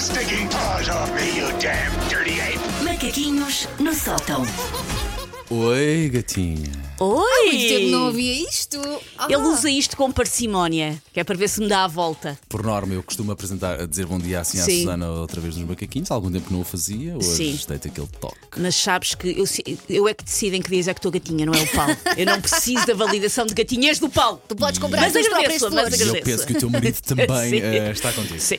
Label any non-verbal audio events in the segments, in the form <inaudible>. stinking paws off me, you damn dirty ape! Macaquinhos no sótão. Oi, gatinha. Oi! Muito tempo não ouvia isto. Ah. Ele usa isto com parcimónia, que é para ver se me dá a volta. Por norma, eu costumo apresentar, a dizer bom dia assim à Sim. Susana outra vez nos macaquinhos. Há algum tempo que não o fazia, hoje Sim. dei-te aquele toque. Mas sabes que eu, se- eu é que decido em que dias é que estou gatinha, não é o Paulo. Eu não preciso da validação de gatinhas do Paulo. Tu podes comprar Mas as tuas próprias agradeço, mas flores. E eu agradeço. penso que o teu <laughs> marido também Sim. eh, está contigo. Sim.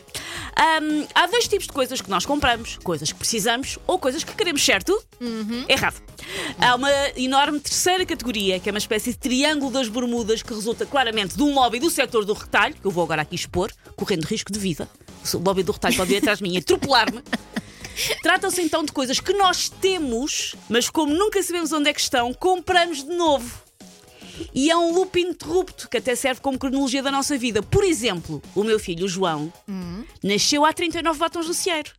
Ahm, há dois tipos de coisas que nós compramos: coisas que precisamos ou coisas que queremos, certo? Errado. Há uma enorme terceira categoria, que é uma espécie de triângulo das Bermudas, que resulta claramente de um lobby do setor do retalho, que eu vou agora aqui expor, correndo risco de vida. O lobby do retalho pode vir atrás de mim e atropelar-me. Tratam-se então de coisas que nós temos, mas como nunca sabemos onde é que estão, compramos de novo. E é um loop interrupto que até serve como cronologia da nossa vida. Por exemplo, o meu filho o João nasceu há 39 batons no cieiro.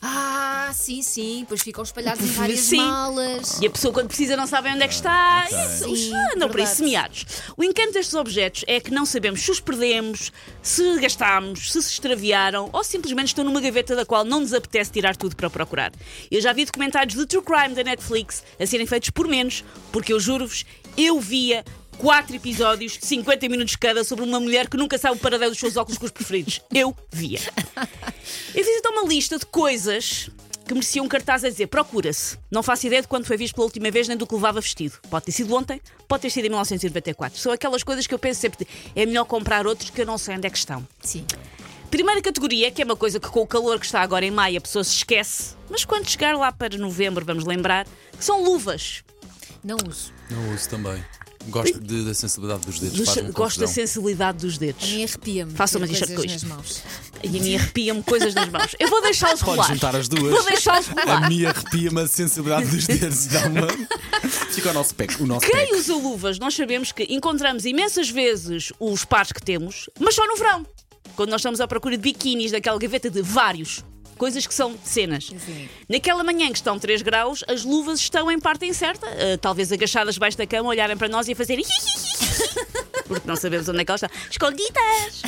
Ah, sim, sim. Depois ficam espalhados em várias Sim. malas. E a pessoa, quando precisa, não sabe onde é que está. ok. Isso, Sim, eles andam por aí verdade. semeados. O encanto destes objetos é que não sabemos se os perdemos, se gastámos, se se extraviaram ou simplesmente estão numa gaveta da qual não nos apetece tirar tudo para procurar. Eu já vi documentários de True Crime da Netflix a serem feitos por menos, porque eu juro-vos, eu via. Quatro episódios de 50 minutos cada sobre uma mulher que nunca sabe o paradeiro dos seus óculos cores preferidos. Eu via. Eu fiz então uma lista de coisas que mereciam um cartaz a dizer procura-se. Não faço ideia de quando foi visto pela última vez nem do que levava vestido. Pode ter sido ontem, pode ter sido em 1994. São aquelas coisas que eu penso sempre: é melhor comprar outros que eu não sei onde é que estão. Sim. Primeira categoria, que é uma coisa que com o calor que está agora em maio a pessoa se esquece, mas quando chegar lá para novembro vamos lembrar, que são luvas. Não uso. Não uso também. Gosto de- da sensibilidade dos dedos. Dos- faz-me gosto da confusão. sensibilidade dos dedos. Me arrepia-me. Faça uma ter t-shirt coisas com nas mãos. E a mim arrepiam-me coisas nas mãos. Eu vou deixá-los rolar. Podes juntar as duas. Vou deixá-los rolar. A minha arrepia-me a sensibilidade dos dedos. Dá uma... Fica o nosso pack. O nosso Quem pack. usa luvas, nós sabemos que encontramos imensas vezes os pares que temos, mas só no verão. Quando nós estamos à procura de biquinis, daquela gaveta de vários. Coisas que são cenas. Sim. Naquela manhã em que estão 3 graus, as luvas estão em parte incerta, eh, talvez agachadas debaixo da cama, olharem para nós e a fazerem. <laughs> Porque não sabemos onde é que elas estão. Escondidas!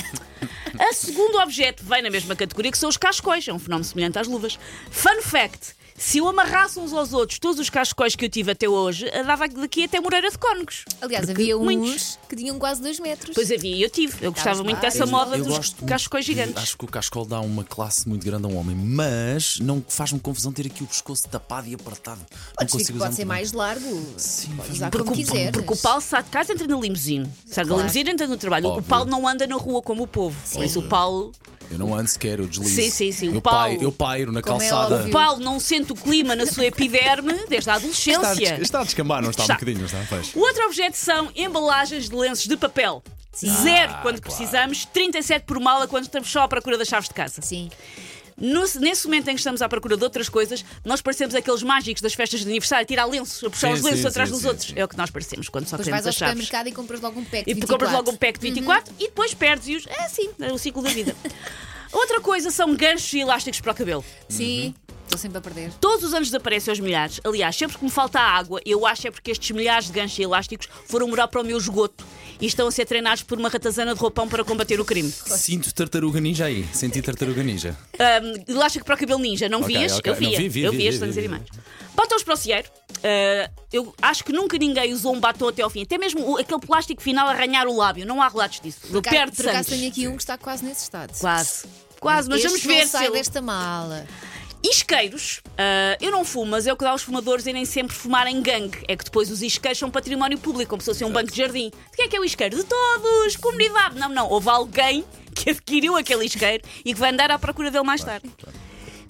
A segundo objeto vem na mesma categoria que são os cascóis, é um fenómeno semelhante às luvas. Fun fact: se eu amarrasse uns aos outros todos os cascóis que eu tive até hoje, dava daqui até Moreira de Cónegos. Aliás, havia uns muitos. que tinham quase dois metros. Pois é, havia, e eu tive. Eu gostava muito claro. dessa moda Eu dos gosto muito cascóis de- gigantes. Acho que o cascol dá uma classe muito grande a um homem, mas não faz-me confusão ter aqui o pescoço tapado e apertado. não Podes dizer consigo que usar pode muito ser bem. mais largo. Sim, Podes faz usar Porque como o, quiseres. porque o Paulo sai de casa entra na limusine. Sai da Claro. limusine entra no trabalho. O Óbvio. Paulo não anda na rua como o povo. Por isso o Paulo, Eu não ando sequer, eu deslizo. Sim, sim, sim, o Eu, pai, Paulo- eu pairo na Como é calçada. óbvio. Paulo não sente o clima na sua epiderme desde a está, a, adolescência. des- está a descambar, não está, Está. um bocadinho, não está? Pois. O outro objeto são embalagens de lenços de papel. Ah, Zero quando precisamos, 37 por mala quando estamos só à procura das chaves de casa. Sim. No- nesse momento em que estamos à procura de outras coisas, nós parecemos aqueles mágicos das festas de aniversário, tirar lenços, a puxar Sim, os lenços sim, atrás sim, dos sim, outros. sim. É o que nós parecemos quando só Depois queremos vais ao as chaves. supermercado e compras logo um pack de E 24. compras logo um pack de 24 Uhum. e depois perdes-os. É assim, é o ciclo da vida. <laughs> Outra coisa são ganchos e elásticos para o cabelo. Sim. Uhum. Estou sempre a perder. Todos os anos desaparecem aos milhares. Aliás, sempre que me falta água, eu acho é porque estes milhares de ganchos e elásticos foram morar para o meu esgoto e estão a ser treinados por uma ratazana de roupão para combater o crime. Sinto tartaruga ninja aí. Senti tartaruga ninja. Um, elástico para o cabelo ninja, não Ok, vias? ok. Eu via, Não, vi, vi, eu vi, via vi, estes anos vi, vi. animais. Batons para o cieiro. Uh, eu acho que nunca ninguém usou um batom até ao fim. Até mesmo o- aquele plástico final a arranhar o lábio. Não há relatos disso. Eu Cá- perto de Por acaso Santos. tenho aqui um que está quase nesse estado. Quase. Quase, mas Este vamos não ver se sai ele... desta mala. Isqueiros, ah, eu não fumo, mas é o que dá aos fumadores irem sempre fumar em gangue. É que depois os isqueiros são património público, como se fosse um banco de jardim. De quem é que é o isqueiro? De todos! Comunidade! Não, não, houve alguém que adquiriu aquele isqueiro e que vai andar à procura dele mais tarde.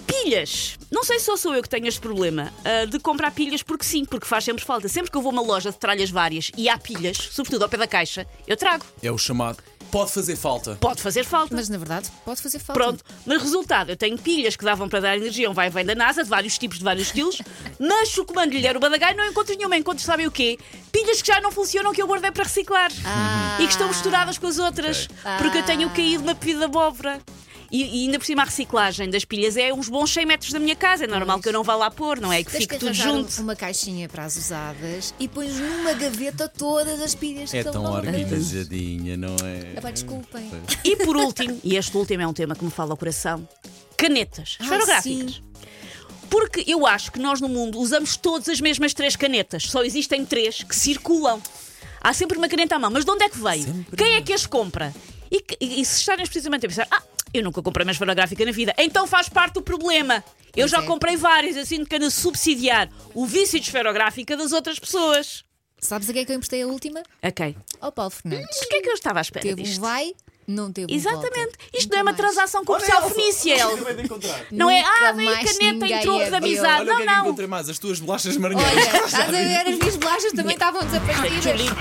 Pilhas. Não sei se só sou eu que tenho este problema ah, de comprar pilhas porque sim, porque faz sempre falta. Sempre que eu vou a uma loja de tralhas várias e há pilhas, sobretudo ao pé da caixa, eu trago. É o chamado. Pode fazer falta. Pode fazer falta. Mas na verdade pode fazer falta. Pronto, mas resultado, eu tenho pilhas que davam para dar energia, um vai e vem da NASA, de vários tipos, de vários <laughs> estilos, mas se o comando lhe era o badagai, não encontro nenhuma, encontro sabem o quê? Pilhas que já não funcionam, que eu guardei para reciclar Ah. e que estão misturadas com as outras, porque eu tenho caído na pia da abóbora. E, e ainda por cima a reciclagem das pilhas é uns bons 100 metros da minha casa, é normal que eu não vá lá pôr, não é? Que Tens fique que tudo arranjar um junto. uma caixinha para as usadas e pões numa gaveta todas as pilhas que É estão tão lá dentro. organizadinha, não é? Epá, desculpem. E por último, e este último é um tema que me fala ao coração, canetas Ah, esferográficas. sim. Porque eu acho que nós no mundo usamos todas as mesmas três canetas, só existem três que circulam. Há sempre uma caneta à mão, mas de onde é que veio? Sempre. Quem é que as compra? E, que- e- e se estarem precisamente a pensar, ah, eu nunca comprei uma esferográfica na vida, então faz parte do problema. Eu já é. comprei várias, assim de cana subsidiar o vício de esferográfica das outras pessoas. Sabes a quem é que eu emprestei a última? Ok. Ao Paulo Fernandes. Mas o que é que eu estava à espera Teve um disto? vai, não teve um Exatamente. volta. Isto Nunca não é uma mais. transação comercial fenícia. Elder. Não é, Nunca ah, vem a mais caneta ninguém em troco a de viu. amizade. Olha o que é que Ah, Não, não. encontrei mais, as tuas bolachas maranhenses. Olha, estás a ver, as minhas bolachas também estavam desaparecidas. Julita.